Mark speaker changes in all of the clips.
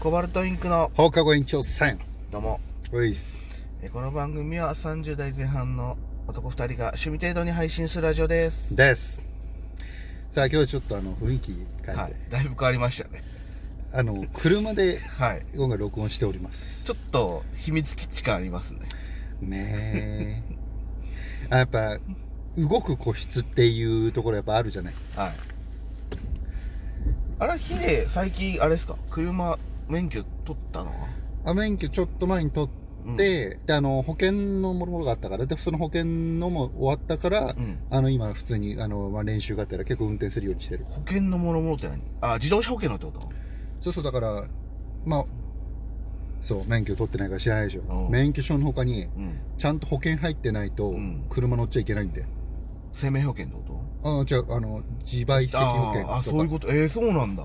Speaker 1: コバルトインクの
Speaker 2: 放課後延長戦
Speaker 1: どうも
Speaker 2: おいっす
Speaker 1: えーこの番組は30代前半の男2人が趣味程度に配信するラジオです
Speaker 2: ですさあ今日ちょっとあの雰囲気変えて、
Speaker 1: はいだいぶ変わりましたね
Speaker 2: あの車で
Speaker 1: はい
Speaker 2: 音楽録音しております
Speaker 1: ちょっと秘密基地感ありますね
Speaker 2: ねえあやっぱ動く個室っていうところやっぱあるじゃない
Speaker 1: はいあらヒデ最近あれですか車免許取ったの
Speaker 2: あ免許ちょっと前に取って、であの保険のものがあったからでその保険のも終わったから、
Speaker 1: うん
Speaker 2: あの今普通にあの、まあ、練習があったら結構運転するようにしてる
Speaker 1: 保険のもろもろって何あ自動車保険のってこと
Speaker 2: そうそうだからまあそう免許取ってないから知らないでしょ
Speaker 1: うん
Speaker 2: 免許証の他に
Speaker 1: うん
Speaker 2: ちゃんと保険入ってないと
Speaker 1: ん
Speaker 2: 車乗っちゃいけないんで、
Speaker 1: 生命保険ってこと
Speaker 2: ああじゃああの自賠責保険
Speaker 1: あーあ
Speaker 2: と
Speaker 1: そういう
Speaker 2: か
Speaker 1: ことえー、そうなんだ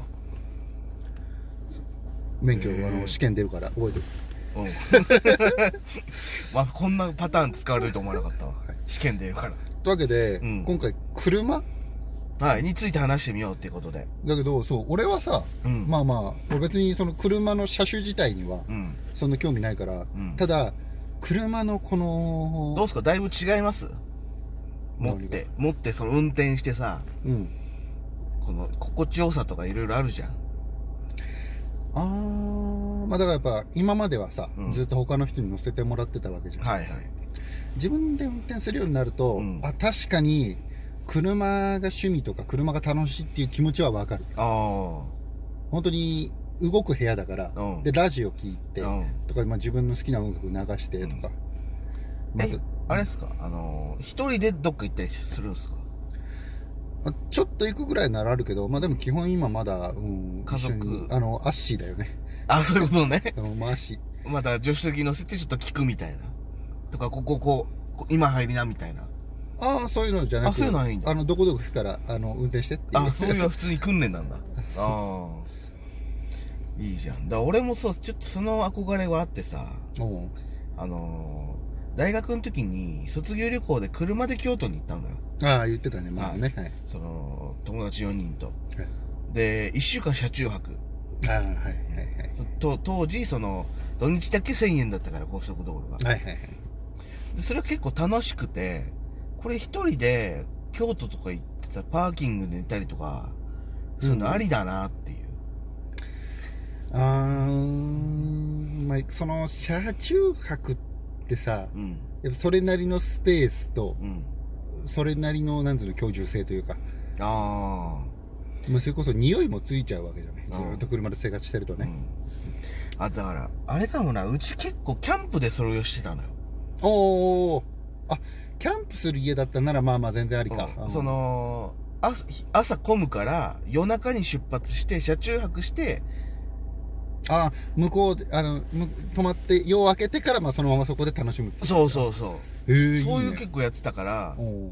Speaker 2: 免許、
Speaker 1: へー
Speaker 2: あの試験出るから覚えてる
Speaker 1: うん まあこんなパターン使われると思わなかったわ、試験でるか
Speaker 2: というわけで、
Speaker 1: うん
Speaker 2: 今回車
Speaker 1: らはいについて話してみようっていうことで
Speaker 2: だけどそう俺はさ、
Speaker 1: うん
Speaker 2: まあまあ俺別にその車の車種自体には
Speaker 1: うん
Speaker 2: そんな興味ないから、
Speaker 1: うん
Speaker 2: ただ車のこ
Speaker 1: どう
Speaker 2: の
Speaker 1: っすかだいぶ違います持って持ってその運転してさ
Speaker 2: うん
Speaker 1: この心地よさとかいろいろあるじゃん
Speaker 2: あーまあだからやっぱ今まではさ、
Speaker 1: うん
Speaker 2: ずっと他の人に乗せてもらってたわけじゃん
Speaker 1: はいはい
Speaker 2: 自分で運転するようになると、
Speaker 1: うん
Speaker 2: あ確かに車が趣味とか車が楽しいっていう気持ちはわかる
Speaker 1: あ
Speaker 2: 本当に動く部屋だから、
Speaker 1: うん
Speaker 2: でラジオ聞いて、
Speaker 1: うん
Speaker 2: とか、まあ、自分の好きな音楽流してとか、
Speaker 1: あ
Speaker 2: ま
Speaker 1: えあれっすかあのー一人でどっか行ったりするんすか
Speaker 2: たあちょっと行くぐらいならあるけどまあでも基本今まだ、うん、
Speaker 1: 家族
Speaker 2: 一緒にあのアッシーだよね
Speaker 1: あ そういうことね
Speaker 2: あのまあアッシー
Speaker 1: また助手席に乗せてちょっと聞くみたいなとかこここうこ今入りなみたいな
Speaker 2: ああそういうのじゃなく
Speaker 1: あそういうのはいいんだ
Speaker 2: あのどこどこ行くからあの運転してっていう
Speaker 1: あそういう普通に訓練なんだああいいじゃんだから俺もそうちょっとその憧れはあってさ
Speaker 2: うん
Speaker 1: あのー大学の時に卒業旅行で車で京都に行ったのよ
Speaker 2: ああ言ってたねまあねはい
Speaker 1: その友達4人と
Speaker 2: はい
Speaker 1: で1週間車中泊
Speaker 2: ああはいはいはい
Speaker 1: そと当時その土日だけ1000円だったから高速道路が
Speaker 2: はいはいはい
Speaker 1: でそれは結構楽しくてこれ一人で京都とか行ってたらパーキングで寝たりとかそういうのありだなっていう、
Speaker 2: あーまあその車中泊ってさ
Speaker 1: うん
Speaker 2: やっぱそれなりのスペースと
Speaker 1: うん
Speaker 2: それなりのなんつうの居住性というか
Speaker 1: ああ
Speaker 2: もうそれこそ匂いもついちゃうわけじゃない
Speaker 1: ん
Speaker 2: ずーっと車で生活してるとね、
Speaker 1: うん、あだからあれかもなうち結構キャンプでそれをしてたのよ
Speaker 2: おーおーあキャンプする家だったならまあまあ全然ありか、
Speaker 1: うん
Speaker 2: あー
Speaker 1: その朝朝混むから夜中に出発して車中泊して
Speaker 2: あー向こうであのむ泊まって夜明けてからまあそのままそこで楽しむ
Speaker 1: そうそうそう、
Speaker 2: へえ
Speaker 1: そういう
Speaker 2: ね
Speaker 1: 結構やってたから
Speaker 2: おー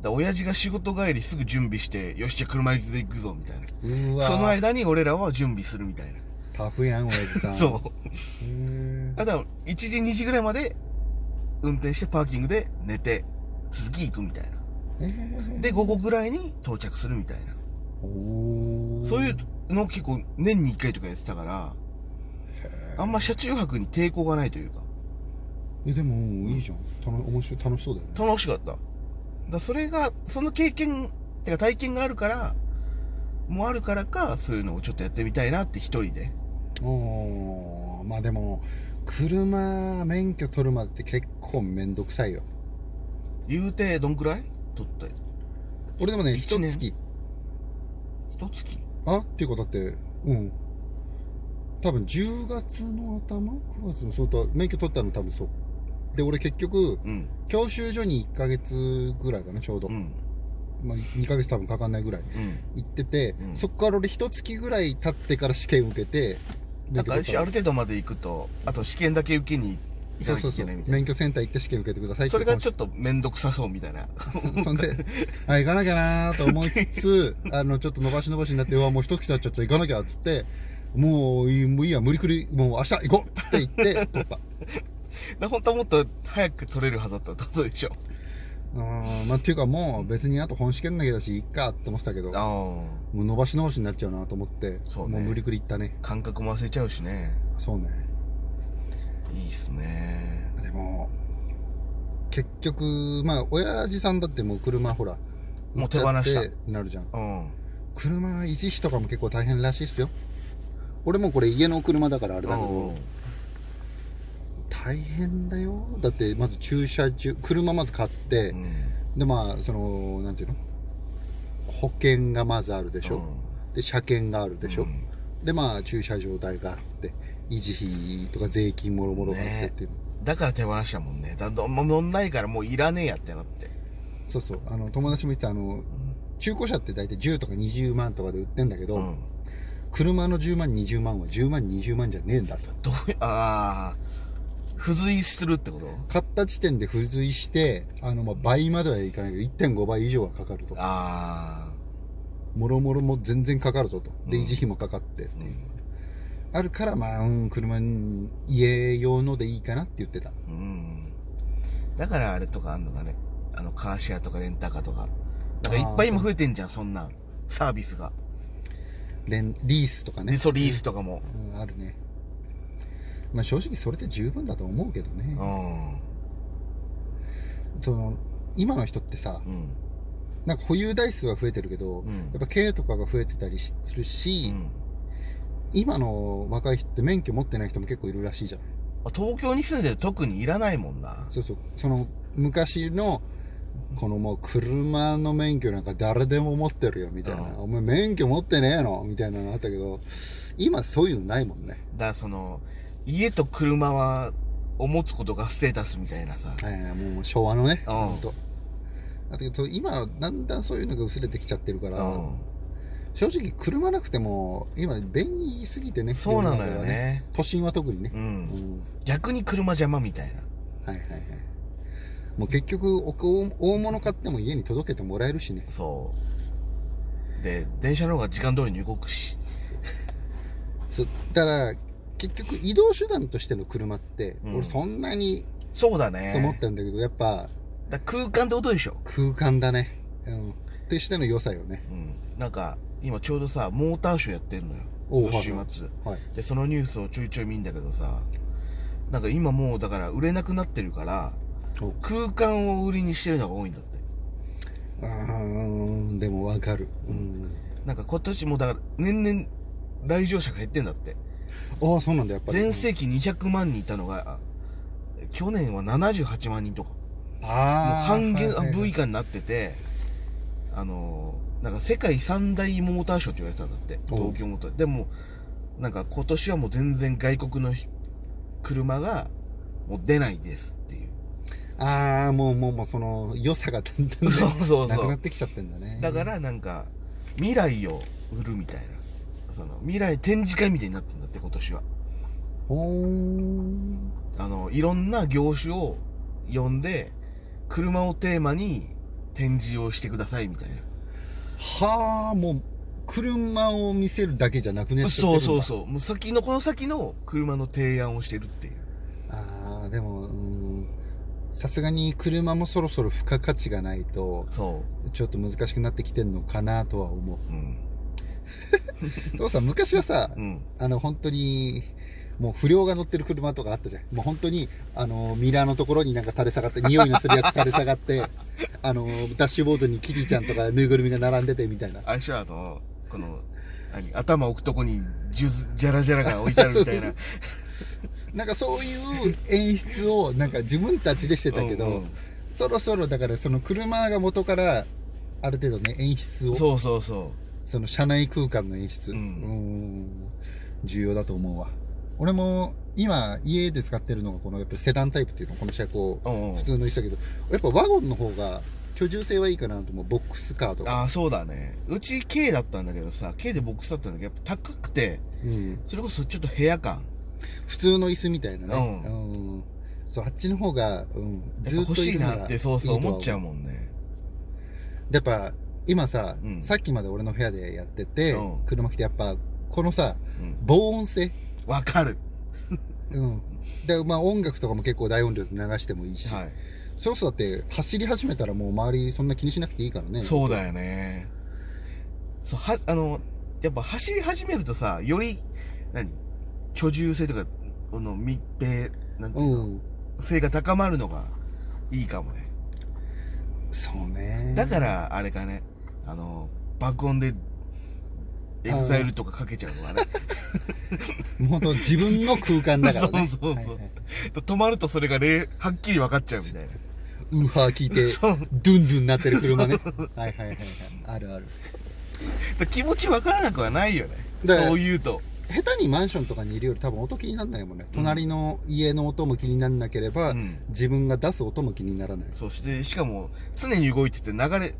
Speaker 1: だ親父が仕事帰りすぐ準備してよしじゃあ車で行くぞみたいな
Speaker 2: うわー
Speaker 1: その間に俺らは準備するみたいな
Speaker 2: タフやん親父さん
Speaker 1: そう
Speaker 2: うーん
Speaker 1: あだから1時2時ぐらいまで運転してパーキングで寝て続き行くみたいな
Speaker 2: えー
Speaker 1: で午後ぐらいに到着するみたいな
Speaker 2: おー
Speaker 1: そういうのを結構年に1回とかやってたから、あんま車中泊に抵抗がないというか、
Speaker 2: えでもいいじゃん楽面白い楽しそうだよね
Speaker 1: 楽しかった。だからそれが、その経験、てか体験があるから、もあるからか、そういうのをちょっとやってみたいなって一人で。
Speaker 2: おーまあでも車免許取るまでって結構めんどくさいよ
Speaker 1: 言うて、どんくらい取った
Speaker 2: 俺でもね
Speaker 1: 一
Speaker 2: 一
Speaker 1: 年
Speaker 2: 月
Speaker 1: 一月
Speaker 2: あっていうかだってうん多分10月の頭9月のそうだ免許取ったの多分そうで俺結局
Speaker 1: うん。
Speaker 2: 教習所に1ヶ月ぐらいかなちょうど、
Speaker 1: うん。
Speaker 2: まあ、2ヶ月多分かかんないぐらい
Speaker 1: うん。
Speaker 2: 行ってて、
Speaker 1: うん
Speaker 2: そっから俺一月ぐらい経ってから試験受けて
Speaker 1: だからある
Speaker 2: 免許
Speaker 1: しあ
Speaker 2: 取
Speaker 1: る程度まで行くと、あと試験だけ受けに行か
Speaker 2: そう
Speaker 1: なきゃ
Speaker 2: そう
Speaker 1: いけ
Speaker 2: そう
Speaker 1: ないみたい
Speaker 2: 免許センター行って試験受けてください
Speaker 1: な。
Speaker 2: って
Speaker 1: それがちょっとめんどくさそうみたいな。
Speaker 2: そんで、あ、行かなきゃなーと思いつ つ、あの、ちょっと伸ばし伸ばしになって、うわ、もう一月経っちゃった、行かなきゃっつって、もういい、もういいや、無理くり、もう明日行こうっ つって行って、取った。
Speaker 1: 本当はもっと早く取れるはずだったってことでしょ。
Speaker 2: うん、まあ、っていうかもう別にあと本試験だけだし、いっかって思ってたけど、も
Speaker 1: ああ。
Speaker 2: う伸ばし直しになっちゃうなと思って、
Speaker 1: そうね
Speaker 2: もう無理くり行ったね。
Speaker 1: 感覚も忘れちゃうしね。
Speaker 2: そうね。
Speaker 1: いいっすね。
Speaker 2: でも、結局、まあ、親父さんだってもう車ほら、
Speaker 1: もう手放した
Speaker 2: 売っちゃってなるじゃん。
Speaker 1: うん。
Speaker 2: 車維持費とかも結構大変らしいっすよ。俺もこれ家の車だからあれだけ
Speaker 1: う
Speaker 2: ど
Speaker 1: ん、
Speaker 2: 大変だよ。だってまず駐車中、車まず買って、でまあそのなんていうの保険がまずあるでしょ、で車検があるでしょ、
Speaker 1: うん
Speaker 2: でまあ駐車場代があって維持費とか税金もろもろがあってっていう、
Speaker 1: だから手放したもんね。だどもう乗んないからもういらねえやってなって。
Speaker 2: そうそうあの友達も言ってたあの中古車って大体10とか20万とかで売ってんだけど、
Speaker 1: うん。
Speaker 2: 車の10万20万は10万20万じゃねえんだと
Speaker 1: どういああ、付随するってこと
Speaker 2: 買った時点で付随してあのまあ倍まではいかないけど1.5倍以上はかかると
Speaker 1: ああ。
Speaker 2: もろもろも全然かかるぞと。で、維持費もかかってっていうあるから、まあ、うん、車に、家用のでいいかなって言ってた。
Speaker 1: うん。だからあれとかあんのかね。あの、カーシェアとかレンタカーとか。なんかいっぱい今増えてんじゃん、そんなん。サービスが。
Speaker 2: レン、リースとかね。
Speaker 1: リソリースとかも。
Speaker 2: うんあるね。まあ、正直それで十分だと思うけどね
Speaker 1: う。ん。
Speaker 2: その、今の人ってさ、
Speaker 1: うん。
Speaker 2: なんか保有台数は増えてるけど、
Speaker 1: うん
Speaker 2: やっぱ軽とかが増えてたりする
Speaker 1: う
Speaker 2: し、
Speaker 1: ん。
Speaker 2: 今の若い人って免許持ってない人も結構いるらしいじゃん。
Speaker 1: あ東京に住んでる特にいらないもんな。
Speaker 2: そうそう。その、昔の、このもう車の免許なんか誰でも持ってるよ、みたいな。
Speaker 1: うん
Speaker 2: お前免許持ってねえのみたいなのあったけど、今そういうのないもんね。
Speaker 1: だからその、家と車は、を持つことがステータスみたいなさ。
Speaker 2: えーもう昭和のね。
Speaker 1: うん
Speaker 2: ほんとだけど、今、だんだんそういうのが薄れてきちゃってるから、
Speaker 1: う
Speaker 2: 正直車なくても、今便利すぎてね。
Speaker 1: ん。そうなの
Speaker 2: 世
Speaker 1: よ
Speaker 2: 中は。
Speaker 1: ね。
Speaker 2: 都心は特にね
Speaker 1: う。。
Speaker 2: うんん
Speaker 1: 逆に車邪魔みたいな。
Speaker 2: はいはいはい。もう結局、お大物買っても家に届けてもらえるしね。
Speaker 1: そう。で、電車の方が時間通りに動くし。
Speaker 2: そうだから結局移動手段としての車って、
Speaker 1: うん
Speaker 2: 俺そんなに
Speaker 1: そうだ
Speaker 2: と思っ
Speaker 1: ね。
Speaker 2: たんだけどやっぱ
Speaker 1: だから空間ってことでしょ。
Speaker 2: 空間だねうんとしての良さよね
Speaker 1: うん。なんか、今ちょうどさ、モーターショーやってるのよ。
Speaker 2: おう
Speaker 1: この週
Speaker 2: はい
Speaker 1: 末。
Speaker 2: はい
Speaker 1: で、そのニュースをちょいちょい見んだけどさ、なんか今もうだから売れなくなってるから、
Speaker 2: お
Speaker 1: 空間を売りにしてるのが多いんだって。
Speaker 2: うーんでもわかるうん
Speaker 1: なんか今年もだから年々来場者が減ってんだって。
Speaker 2: ああそうなんだやっぱり
Speaker 1: 全盛期200万人いたのが、去年は78万人とか。もう
Speaker 2: ああ
Speaker 1: 半減、あ
Speaker 2: はいはいはい
Speaker 1: 部以下になってて、あのー、なんか世界三大モーターショーって言われてたんだって。
Speaker 2: おう
Speaker 1: 東京モーター。でも、なんか今年はもう全然外国のひ車がもう出ないですっていう。
Speaker 2: ああもうもうもうその良さがだんだん
Speaker 1: そ
Speaker 2: ね
Speaker 1: うそうそう
Speaker 2: なくなってきちゃってんだね
Speaker 1: だからなんか、未来を売るみたいな。その、未来展示会みたいになってんだって今年は。
Speaker 2: ほー
Speaker 1: あの、いろんな業種を呼んで、車をテーマに展示をしてくださいみたいな。
Speaker 2: はあもう車を見せるだけじゃなくね
Speaker 1: そうそう
Speaker 2: う
Speaker 1: そう。もう先の、この先の車の提案をしてるっていう。
Speaker 2: ああでもうんさすがに車もそろそろ付加価値がないと
Speaker 1: そ
Speaker 2: ちょっと難しくなってきてんのかなとは思う
Speaker 1: う。うん。
Speaker 2: 父さん昔 はさ、
Speaker 1: うん。
Speaker 2: あの本当にもう不良が乗ってる車とかあったじゃんもう本当にあのミラーのところになんか垂れ下がって匂いのするやつ垂れ下がって あのダッシュボードにキティちゃんとかぬいぐるみが並んでてみたいな
Speaker 1: あれしょ、あの、この、何、頭置くとこに、ジュズ、ジャラジャラが置いてあるみたい
Speaker 2: そ
Speaker 1: な
Speaker 2: う。なんかそういう演出をなんか自分たちでしてたけど、
Speaker 1: うんうん
Speaker 2: そろそろだからその車が元からある程度ね演出を
Speaker 1: そうそうそ
Speaker 2: その車内空間の演出、
Speaker 1: うん
Speaker 2: うん重要だと思うわ俺も今家で使ってるのがこのやっぱセダンタイプっていうのこの車高
Speaker 1: うんうん
Speaker 2: 普通の椅子だけどやっぱワゴンの方が居住性はいいかなと思うボックスカーと
Speaker 1: う。
Speaker 2: か、
Speaker 1: ああ、そうだね。うち K だったんだけどさ、K でボックスだったんだけど、やっぱ高くて、
Speaker 2: うん、
Speaker 1: それこそちょっと部屋感。
Speaker 2: 普通の椅子みたいなね、
Speaker 1: う
Speaker 2: うんそうあっちの方が、うん、
Speaker 1: やぱ
Speaker 2: ずっ
Speaker 1: 欲
Speaker 2: とい
Speaker 1: しい
Speaker 2: るなら
Speaker 1: なって、そうそう思っちゃう
Speaker 2: いいとは
Speaker 1: もんね。
Speaker 2: うやっぱ今さ、
Speaker 1: うん
Speaker 2: さっきまで俺の部屋でやってて、
Speaker 1: うん
Speaker 2: 車来てやっぱこのさ
Speaker 1: うん。
Speaker 2: 防音性
Speaker 1: わかる。
Speaker 2: うん。で、まあ音楽とかも結構大音量で流してもいいし、
Speaker 1: はい。
Speaker 2: それこそだって走り始めたらもう周りそんな気にしなくていいからね
Speaker 1: そうだよね。そう、は、あの、やっぱ走り始めるとさ、より、何居住性とか、この密閉、なんていううの、
Speaker 2: ん
Speaker 1: 性が高まるのがいいかもね。
Speaker 2: そうね
Speaker 1: だから、あれかね、あの、爆音で、エグザイルとかかけちゃうのがね。
Speaker 2: もう自分の空間だからね
Speaker 1: そうそうそう
Speaker 2: はいはい
Speaker 1: 止まるとそれがれはっきり分かっちゃうみたいな。
Speaker 2: ウーハー聞いて
Speaker 1: そう
Speaker 2: ドゥンドゥンなってる車ねはいはいはいはいあるある
Speaker 1: だ気持ち分からなくはないよね。
Speaker 2: だ
Speaker 1: そう言うと。
Speaker 2: 下手にマンションとかにいるより多分音気にならないもんね、隣の家の音も気にならなければ、
Speaker 1: うん
Speaker 2: 自分が出す音も気にならない
Speaker 1: そして、しかも、常に動いてて流れ、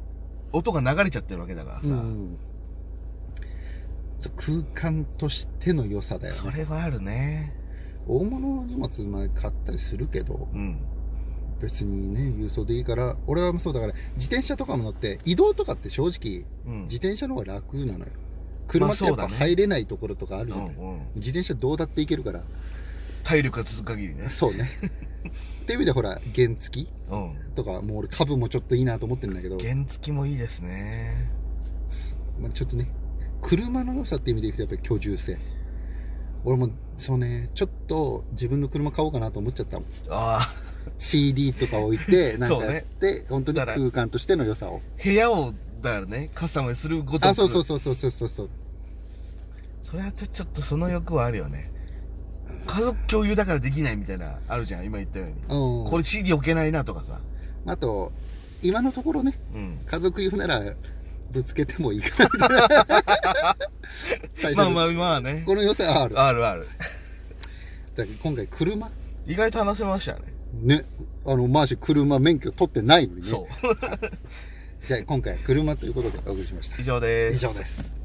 Speaker 1: 音が流れちゃってるわけだからさ。
Speaker 2: うんそう空間としての良さだよ
Speaker 1: そ
Speaker 2: ね
Speaker 1: れはあるね。
Speaker 2: 大物の荷物まあ買ったりするけど
Speaker 1: うん。
Speaker 2: 別にね郵送でいいから俺はそうだから自転車とかも乗って移動とかって正直、
Speaker 1: うん
Speaker 2: 自転車の方が楽なのよ車ってやっ
Speaker 1: まあ
Speaker 2: ぱ
Speaker 1: そうだね
Speaker 2: 入れないところとかあるじゃない、
Speaker 1: うんうん
Speaker 2: 自転車どうだっていける から
Speaker 1: 体力が続く限りね。
Speaker 2: そうねっていう意味でほら原付き
Speaker 1: うん。
Speaker 2: とかもう俺株もちょっといいなと思ってるんだけど、
Speaker 1: 原付もいいですね。
Speaker 2: まあ、ちょっとね車の良さっていう意味で言うとやっぱり居住性俺もそうねちょっと自分の車買おうかなと思っちゃったもん
Speaker 1: あ
Speaker 2: CD とか置いてなん
Speaker 1: そう
Speaker 2: か
Speaker 1: ね
Speaker 2: やって、本当に
Speaker 1: だから
Speaker 2: 空間としての良さを
Speaker 1: あ、部屋を、だからね、カスタマイズするごとく。
Speaker 2: あそうそうそうそうそうそうそう
Speaker 1: それはちょっとその欲はあるよね。家族共有だからできないみたいな、あるじゃん、今言ったように。
Speaker 2: うん
Speaker 1: これ CD 置けないなとかさ。
Speaker 2: あと今のところね
Speaker 1: うん。
Speaker 2: 家族用ならぶつけてもいいかなみたいな 最
Speaker 1: まあ
Speaker 2: 初、
Speaker 1: まあまあね。
Speaker 2: この良さはあるだか
Speaker 1: あるある。
Speaker 2: ら今回車
Speaker 1: 意外と話せましたね。
Speaker 2: ねあのマーシュ車免許取ってないのにね
Speaker 1: そう。
Speaker 2: じゃあ今回は車ということでお送りしました
Speaker 1: 以上です。
Speaker 2: 以上です